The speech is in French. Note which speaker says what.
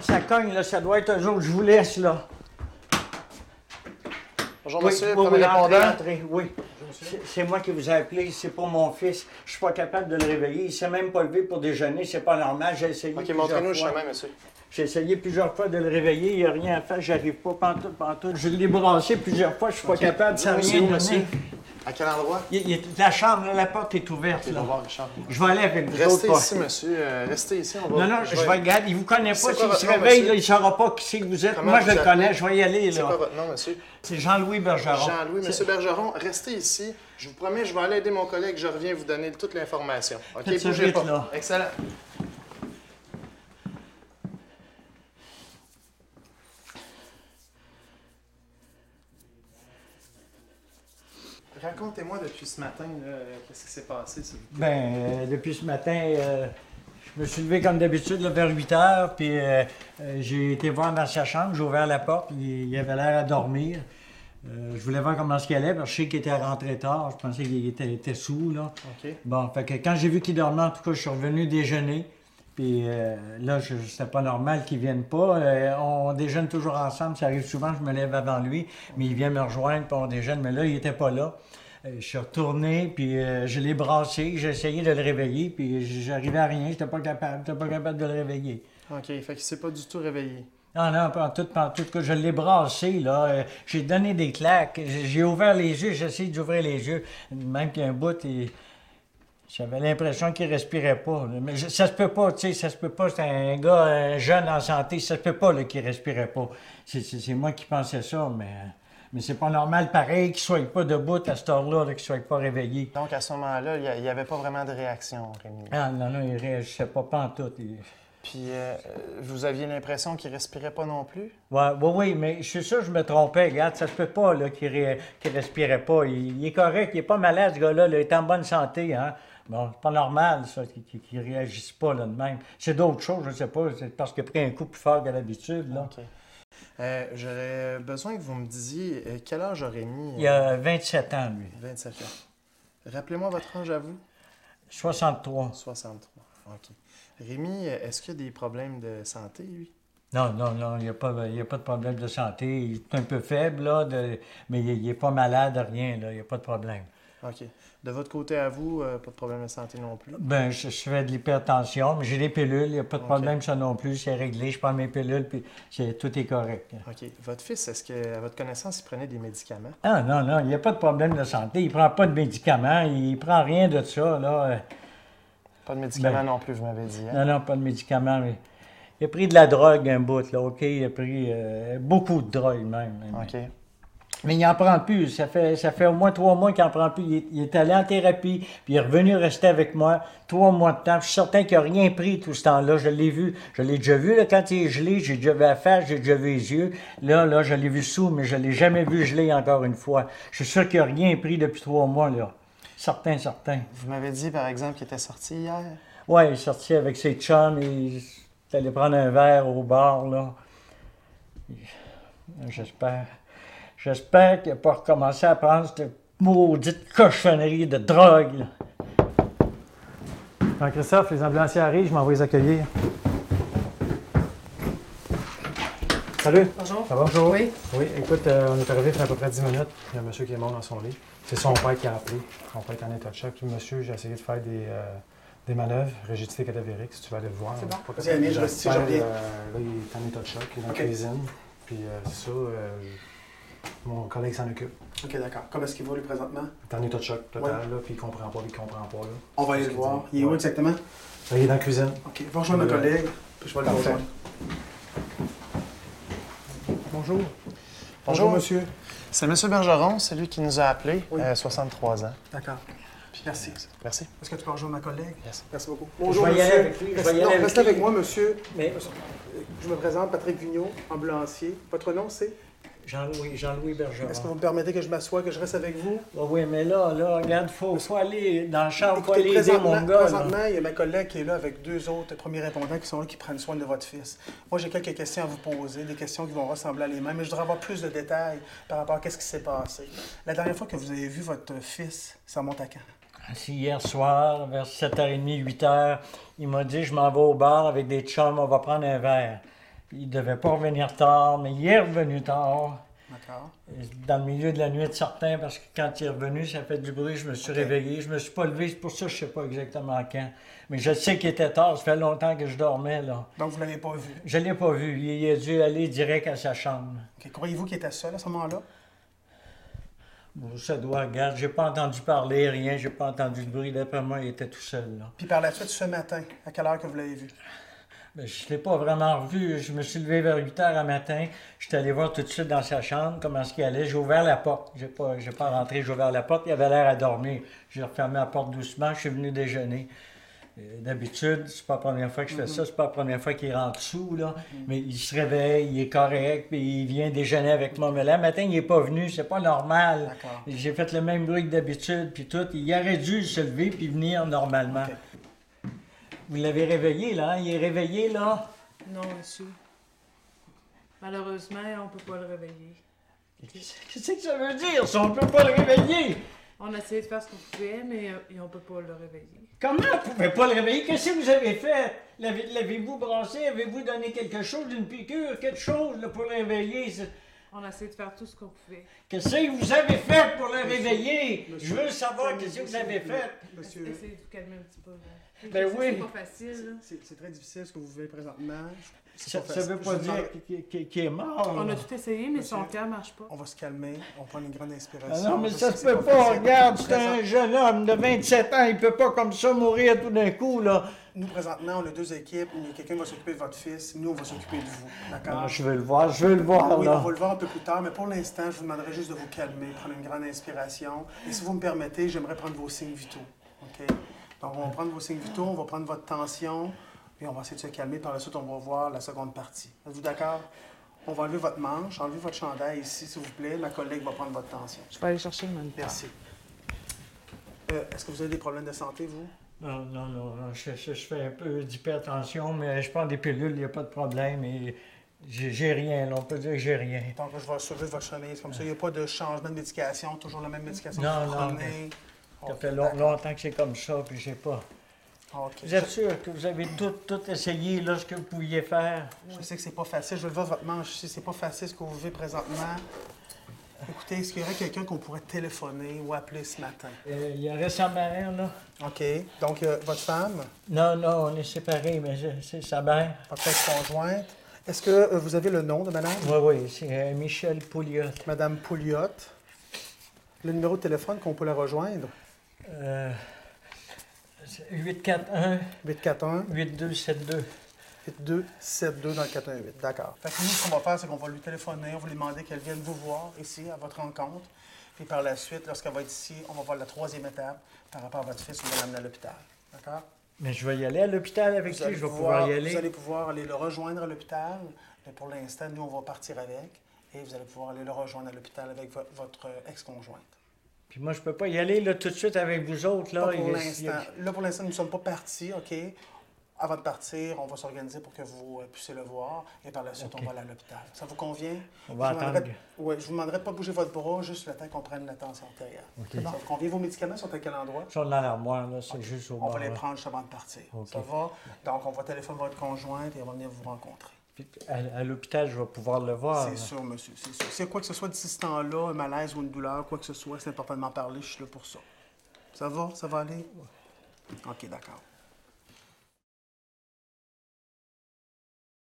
Speaker 1: Ça cogne, là. Ça doit être un jour. Je vous laisse, là.
Speaker 2: Bonjour,
Speaker 1: Oui,
Speaker 2: monsieur,
Speaker 1: oui,
Speaker 2: premier
Speaker 1: oui, entrez,
Speaker 2: répondant.
Speaker 1: entrez, oui. C'est- C'est moi qui vous ai appelé, c'est pour mon fils. Je suis pas capable de le réveiller. Il s'est même pas levé pour déjeuner, c'est pas normal. J'ai essayé
Speaker 2: OK,
Speaker 1: plusieurs
Speaker 2: montrez-nous le
Speaker 1: fois.
Speaker 2: chemin, monsieur.
Speaker 1: J'ai essayé plusieurs fois de le réveiller, il n'y a rien à faire, j'arrive pas pantoute, pantoute. Je l'ai brassé plusieurs fois, je suis pas capable, ça
Speaker 2: Dis-nous,
Speaker 1: rien
Speaker 2: c'est où,
Speaker 1: donner.
Speaker 2: monsieur? À quel endroit?
Speaker 1: Il- il- La chambre, là, la porte est ouverte,
Speaker 2: Il
Speaker 1: là.
Speaker 2: va voir Richard.
Speaker 1: Je vais aller avec vous
Speaker 2: Restez
Speaker 1: autres, pas.
Speaker 2: ici, monsieur. euh, restez ici, on va...
Speaker 1: Non, non, je vais regarder. Il vous connaît
Speaker 2: C'est
Speaker 1: pas.
Speaker 2: quoi
Speaker 1: S'il
Speaker 2: votre
Speaker 1: se
Speaker 2: nom,
Speaker 1: réveille,
Speaker 2: monsieur?
Speaker 1: là, il saura pas qui c'est que vous êtes.
Speaker 2: Comment
Speaker 1: Moi,
Speaker 2: vous
Speaker 1: je le
Speaker 2: appelez?
Speaker 1: connais. Je vais y aller,
Speaker 2: C'est
Speaker 1: là.
Speaker 2: quoi votre nom, monsieur?
Speaker 1: C'est Jean-Louis Bergeron.
Speaker 2: Jean-Louis,
Speaker 1: C'est-
Speaker 2: monsieur Bergeron, restez ici. Je vous promets, je vais aller aider mon collègue. Je reviens vous donner toute l'information. OK,
Speaker 1: Faites ça
Speaker 2: bougez
Speaker 1: vite,
Speaker 2: pas.
Speaker 1: là.
Speaker 2: Excellent. Racontez-moi depuis ce matin, là, euh, qu'est-ce qui s'est passé, s'il vous plaît.
Speaker 1: Ben, euh, depuis ce matin, euh, je me suis levé comme d'habitude là, vers 8 heures, puis euh, euh, j'ai été voir dans sa chambre, j'ai ouvert la porte, il, il avait l'air à dormir. Euh, je voulais voir comment ce qu'il allait, parce que je sais qu'il était rentré tard, je pensais qu'il était, était sous, là.
Speaker 2: OK.
Speaker 1: Bon, fait que quand j'ai vu qu'il dormait, en tout cas, je suis revenu déjeuner. Puis euh, là, je- c'était pas normal qu'il vienne pas. Euh, on déjeune toujours ensemble. Ça arrive souvent, je me lève avant lui. Mais il vient me rejoindre, puis on déjeune. Mais là, il était pas là. Euh, je suis retourné, puis euh, je l'ai brassé. J'ai essayé de le réveiller, puis j'arrivais à rien. J'étais pas capable. J'étais pas capable de le réveiller.
Speaker 2: OK, fait qu'il s'est pas du tout réveillé.
Speaker 1: Non, non, pas en tout, pas en tout. Cas, je l'ai brassé, là. Euh, J'ai donné des claques. J'ai j'ai ouvert les yeux, j'ai essayé d'ouvrir les yeux. Même qu'un bout, il- j'avais l'impression qu'il respirait pas. là. Mais je- ça se peut pas, tu sais, ça se peut pas. C'est un gars euh, jeune en santé, ça se peut pas là, qu'il respirait pas. C'est- C'est c'est moi qui pensais ça, mais, mais c'est pas normal, pareil, qu'il soit pas debout à cette heure-là, là, qu'il soit pas réveillé.
Speaker 2: Donc, à ce moment-là, il n'y avait pas vraiment de réaction, Rémi.
Speaker 1: Ah, non, non, il réagissait pas, pas en tout. il-
Speaker 2: Puis, euh, vous aviez l'impression qu'il respirait pas non plus?
Speaker 1: Oui, oui, oui, mais je suis sûr que je me trompais. Regarde, ça se peut pas là, qu'il ré- qu'il respirait pas. Il, il est correct, il est pas malade, ce gars-là. là. Il est en bonne santé. Hein? Bon, c'est pas normal, ça, qu'il- qu'il qu'il réagisse pas là, de même. C'est d'autres choses, je sais pas. C'est parce qu'il a pris un coup plus fort que d'habitude. là.
Speaker 2: OK. Euh, J'aurais besoin que vous me disiez euh, quel âge aurait mis.
Speaker 1: Il a 27 ans, lui.
Speaker 2: 27 ans. Rappelez-moi votre âge à vous.
Speaker 1: 63.
Speaker 2: 63. OK. Rémi, euh, est-ce qu'il y a des problèmes de santé, lui?
Speaker 1: Non, non, non, il n'y a, pas- il a pas de problème de santé. Il est un peu faible, là, de- mais il n'est pas malade, rien, là. Il n'y a pas de problème.
Speaker 2: OK. De votre côté à vous, euh, pas de problème de santé non plus?
Speaker 1: Ben, je, je fais de l'hypertension, mais j'ai des pilules, il n'y a pas de
Speaker 2: Ok.
Speaker 1: problème, ça non plus, c'est réglé, je prends mes pilules, puis c'est- tout est correct.
Speaker 2: OK. Votre fils, est-ce qu'à votre connaissance, il prenait des médicaments?
Speaker 1: Ah non, non, il n'y a pas de problème de santé, il prend pas de médicaments, il prend rien de ça, là. euh,
Speaker 2: Pas de médicaments
Speaker 1: Ben-
Speaker 2: non plus, vous m'avez dit. hein?
Speaker 1: Non, non, pas de médicaments, mais il a pris de la drogue un bout, là, OK, il a pris euh, beaucoup de drogue même. mais-
Speaker 2: OK.
Speaker 1: Mais il n'en prend plus. Ça fait, ça fait au moins trois mois qu'il n'en prend plus. Il est, il est allé en thérapie, puis il est revenu rester avec moi trois mois de temps. Je suis certain qu'il n'a rien pris tout ce temps-là. Je l'ai vu. Je l'ai déjà vu là, quand il est gelé. J'ai déjà vu la face, j'ai déjà vu les yeux. Là, là, je l'ai vu sous, mais je ne l'ai jamais vu gelé encore une fois. Je suis sûr qu'il n'a rien pris depuis trois mois, là. Certain, certain.
Speaker 2: Vous m'avez dit, par exemple, qu'il était sorti hier?
Speaker 1: Ouais, il est sorti avec ses chums, il est allé prendre un verre au bar, là. J'espère. J'espère qu'il n'a pas recommencé à prendre cette maudite cochonnerie de drogue, là.
Speaker 2: Jean-Christophe, les ambulanciers arrivent, je m'envoie les accueillir.
Speaker 3: Salut!
Speaker 4: Bonjour.
Speaker 3: Ça va? Bonjour.
Speaker 4: Oui.
Speaker 3: Oui, écoute, euh, on est arrivé il y a à peu près 10 minutes. Il y a un monsieur qui est mort dans son lit. C'est son père qui a appelé. Son père est en état de choc. Puis, monsieur, j'ai essayé de faire des, euh, des manœuvres, rigidité cadavérique, si tu veux aller le voir.
Speaker 4: C'est bon.
Speaker 3: Pas
Speaker 5: Vas-y, Amine, je reste ici, je
Speaker 3: Père,
Speaker 5: reviens.
Speaker 3: euh, là, il est en état de choc, il est en
Speaker 5: Ok.
Speaker 3: cuisine. Puis, euh, c'est ça, euh, je- mon collègue s'en occupe.
Speaker 5: OK, d'accord. Comment est-ce qu'il va, lui, présentement?
Speaker 3: Il est en état de choc total, là, puis il comprend pas, puis il comprend pas. Là.
Speaker 5: On va aller
Speaker 3: Qu'est-ce
Speaker 5: le
Speaker 3: qu'il
Speaker 5: voir.
Speaker 3: dit?
Speaker 5: Il est où
Speaker 3: Ouais.
Speaker 5: exactement?
Speaker 3: Là, il est dans la cuisine.
Speaker 5: OK, va rejoindre
Speaker 3: Ouais.
Speaker 5: mon collègue, puis je vais le
Speaker 3: Parfait.
Speaker 5: rejoindre.
Speaker 3: Bonjour.
Speaker 2: Bonjour.
Speaker 3: monsieur.
Speaker 2: C'est Monsieur Bergeron, c'est lui qui nous a appelés,
Speaker 5: Oui.
Speaker 2: euh, 63 ans.
Speaker 5: D'accord. Merci.
Speaker 2: Merci.
Speaker 5: Est-ce que tu peux rejoindre ma collègue?
Speaker 2: Yes.
Speaker 5: Merci beaucoup.
Speaker 1: vais y aller avec lui, je
Speaker 5: Restez,
Speaker 1: vais y
Speaker 5: non,
Speaker 1: aller
Speaker 5: restez
Speaker 1: avec
Speaker 5: avec
Speaker 1: lui.
Speaker 5: moi, monsieur.
Speaker 1: Mais
Speaker 5: Je me présente, Patrick Vigneault, ambulancier. Votre nom, c'est?
Speaker 1: Jean-Louis, Jean-Louis Bergeron.
Speaker 5: Est-ce que vous me permettez que je m'assoie, que je reste avec vous?
Speaker 1: Ouais, oui, mais là, là, regarde, faut, faut aller dans le champ, faut
Speaker 5: Écoutez,
Speaker 1: aller aider
Speaker 5: présentement,
Speaker 1: mon gars, là.
Speaker 5: présentement, il y a ma collègue qui est là avec deux autres premiers répondants qui sont là qui prennent soin de votre fils. Moi, j'ai quelques questions à vous poser, des questions qui vont ressembler à les mêmes, mais je voudrais avoir plus de détails par rapport à ce qui s'est passé. La dernière fois que vous avez vu votre fils, ça monte à quand?
Speaker 1: Si hier soir, vers 7h30, 8h, il m'a dit Je m'en vais au bar avec des chums, on va prendre un verre. Il devait pas revenir tard, mais il est revenu tard.
Speaker 5: D'accord.
Speaker 1: Dans le milieu de la nuit de certains, parce que quand il est revenu, ça fait du bruit, je me suis réveillé, je me suis pas levé, c'est pour ça que je sais pas exactement quand. Mais je sais qu'il était tard, ça fait longtemps que je dormais, là.
Speaker 5: Donc, vous ne l'avez pas vu.
Speaker 1: Je l'ai pas vu, il, il a dû aller direct à sa chambre.
Speaker 5: Ok. Croyez-vous qu'il était seul à ce moment-là?
Speaker 1: Bon, ça doit, regarde, j'ai pas entendu parler, rien, j'ai pas entendu de bruit, d'après moi, il était tout seul, là.
Speaker 5: Puis par la suite, ce matin, à quelle heure que vous l'avez vu?
Speaker 1: Ben, je ne l'ai pas vraiment revu. Je me suis levé vers 8 heures le matin. Je suis allé voir tout de suite dans sa chambre comment est-ce qu'il allait. J'ai ouvert la porte. J'ai pas, j'ai pas rentré, j'ai ouvert la porte. Il avait l'air à dormir. J'ai refermé la porte doucement. Je suis venu déjeuner. Euh, D'habitude, c'est pas la première fois que je fais ça, c'est pas la première fois qu'il rentre sous, là. Mais il se réveille, il est correct, puis il vient déjeuner avec moi. Mais là, le matin, il n'est pas venu, c'est pas normal.
Speaker 5: D'accord.
Speaker 1: J'ai fait le même bruit que d'habitude, puis tout. Il aurait dû se lever puis venir normalement.
Speaker 5: Ok.
Speaker 1: Vous l'avez réveillé, là, hein? Il est réveillé, là?
Speaker 4: Non, monsieur. Malheureusement, on peut pas le réveiller.
Speaker 1: Qu'est-ce que ça veut dire si on peut pas le réveiller?
Speaker 4: On a essayé de faire ce qu'on pouvait, mais euh, et on peut pas le réveiller.
Speaker 1: Comment on pouvait pas le réveiller? Qu'est-ce que vous avez fait? L'avez- L'avez-vous brassé? Avez-vous donné quelque chose, une piqûre, quelque chose là, pour le réveiller? C'est-
Speaker 4: On a essayé de faire tout ce qu'on pouvait.
Speaker 1: Qu'est-ce que vous avez fait pour le réveiller? Je veux savoir qu'est-ce que vous avez fait.
Speaker 4: Monsieur...
Speaker 5: Monsieur,
Speaker 4: Essayez de vous calmer un petit peu. là.
Speaker 1: Ben
Speaker 4: Je sais
Speaker 1: oui.
Speaker 4: que C'est pas facile. là.
Speaker 5: c'est c'est très difficile ce que vous vivez présentement. C'est
Speaker 1: Ça, ça
Speaker 5: facile.
Speaker 1: veut pas
Speaker 5: Je vous demande-
Speaker 1: dire qu'il- qu'il qu'il est mort.
Speaker 4: On
Speaker 1: là.
Speaker 4: a tout essayé, mais son
Speaker 5: Monsieur.
Speaker 4: cœur marche pas.
Speaker 5: On va se calmer, on prend une grande inspiration.
Speaker 1: Ah non, mais
Speaker 5: Je
Speaker 1: ça
Speaker 5: sais que
Speaker 1: se
Speaker 5: c'est
Speaker 1: peut pas.
Speaker 5: facile.
Speaker 1: Regarde, c'est
Speaker 5: Présent-
Speaker 1: un jeune homme de 27 ans. Il peut pas comme ça mourir tout d'un coup, là.
Speaker 5: Nous, présentement, on a deux équipes. Il y a Quelqu'un qui va s'occuper de votre fils, nous, on va s'occuper de vous. D'accord?
Speaker 1: Ah, je veux le voir, je veux le voir,
Speaker 5: oui,
Speaker 1: là.
Speaker 5: on va le voir un peu plus tard, mais pour l'instant, je vous demanderai juste de vous calmer, prendre une grande inspiration. Et si vous me permettez, j'aimerais prendre vos signes vitaux. OK? Donc, on va prendre vos signes vitaux, on va prendre votre tension, et on va essayer de se calmer. Par la suite, on va voir la seconde partie. Êtes-vous d'accord? On va enlever votre manche, enlever votre chandail ici, s'il vous plaît. Ma collègue va prendre votre tension.
Speaker 4: Je vais aller chercher mon
Speaker 5: Merci. Euh, Est-ce que vous avez des problèmes de santé, vous?
Speaker 1: Non, non, non, non, Je, je- je fais un peu d'hypertension, mais je prends des pilules, il n'y a pas de problème. Et j'ai j'ai rien, là, on peut dire que j'ai rien.
Speaker 5: Donc, je vais sauver votre chemise. Comme ça, il n'y a pas de changement de médication, toujours la même médication
Speaker 1: Non,
Speaker 5: que vous
Speaker 1: non,
Speaker 5: prenez. Oh,
Speaker 1: Ça fait long- longtemps que c'est comme ça, puis j'ai pas.
Speaker 5: ben, OK.
Speaker 1: Vous êtes sûr que vous avez tout, tout essayé, là, ce que vous pouviez faire?
Speaker 5: Je sais que c'est pas facile. Je veux le voir votre manche ici. C'est pas facile ce que vous vivez présentement. Écoutez, est-ce qu'il y aurait quelqu'un qu'on pourrait téléphoner ou appeler ce matin?
Speaker 1: Euh, Il y aurait sa mère, là.
Speaker 5: OK. Donc, euh, votre femme,
Speaker 1: Non, non, on est séparés, mais je- c'est sa mère.
Speaker 5: votre ex-conjointe. Est-ce que euh, vous avez le nom de madame?
Speaker 1: Oui, oui, c'est euh, Michel Pouliot.
Speaker 5: Madame Pouliot. Le numéro de téléphone qu'on peut la rejoindre?
Speaker 1: Euh, 841
Speaker 5: 841
Speaker 1: 8272.
Speaker 5: 8272 dans le 418. D'accord. Fait que nous, ce qu'on va faire, c'est qu'on va lui téléphoner, on va lui demander qu'elle vienne vous voir ici, à votre rencontre. Puis par la suite, lorsqu'elle va être ici, on va voir la troisième étape par rapport à votre fils, on va l'amener à l'hôpital. D'accord?
Speaker 1: Mais je vais y aller à l'hôpital avec
Speaker 5: Vous
Speaker 1: lui,
Speaker 5: allez
Speaker 1: je vais
Speaker 5: pouvoir-
Speaker 1: pouvoir y aller.
Speaker 5: Vous allez pouvoir aller le rejoindre à l'hôpital, mais pour l'instant, nous, on va partir avec. Et vous allez pouvoir aller le rejoindre à l'hôpital avec vo- votre euh, ex-conjointe.
Speaker 1: Puis moi, je peux pas y aller là, tout de suite avec vous autres. Là,
Speaker 5: Pas pour
Speaker 1: Il-
Speaker 5: l'instant. Là, pour l'instant, nous ne sommes pas partis, OK? Avant de partir, on va s'organiser pour que vous euh, puissiez le voir et par la suite, on va aller à l'hôpital. Ça vous convient?
Speaker 1: On va
Speaker 5: Je vous demanderai-
Speaker 1: attendre.
Speaker 5: ouais, je vous demanderai de pas bouger votre bras, juste le temps qu'on prenne la tension artérielle. C'est bon? Ça vous convient? Vos médicaments sont à quel endroit?
Speaker 1: Ils sont dans l'armoire, là, c'est juste au
Speaker 5: On
Speaker 1: bord.
Speaker 5: va les
Speaker 1: là.
Speaker 5: prendre juste avant de partir.
Speaker 1: OK.
Speaker 5: Ça va? Donc, on va téléphoner votre conjointe et on va venir vous rencontrer.
Speaker 1: Puis à, à l'hôpital, je vais pouvoir le voir.
Speaker 5: C'est
Speaker 1: là.
Speaker 5: sûr, monsieur, c'est sûr. S'il y a quoi que ce soit d'ici ce temps-là, un malaise ou une douleur, quoi que ce soit, c'est important de m'en parler, je suis là pour ça. Ça va? Ça va aller? OK, d'accord.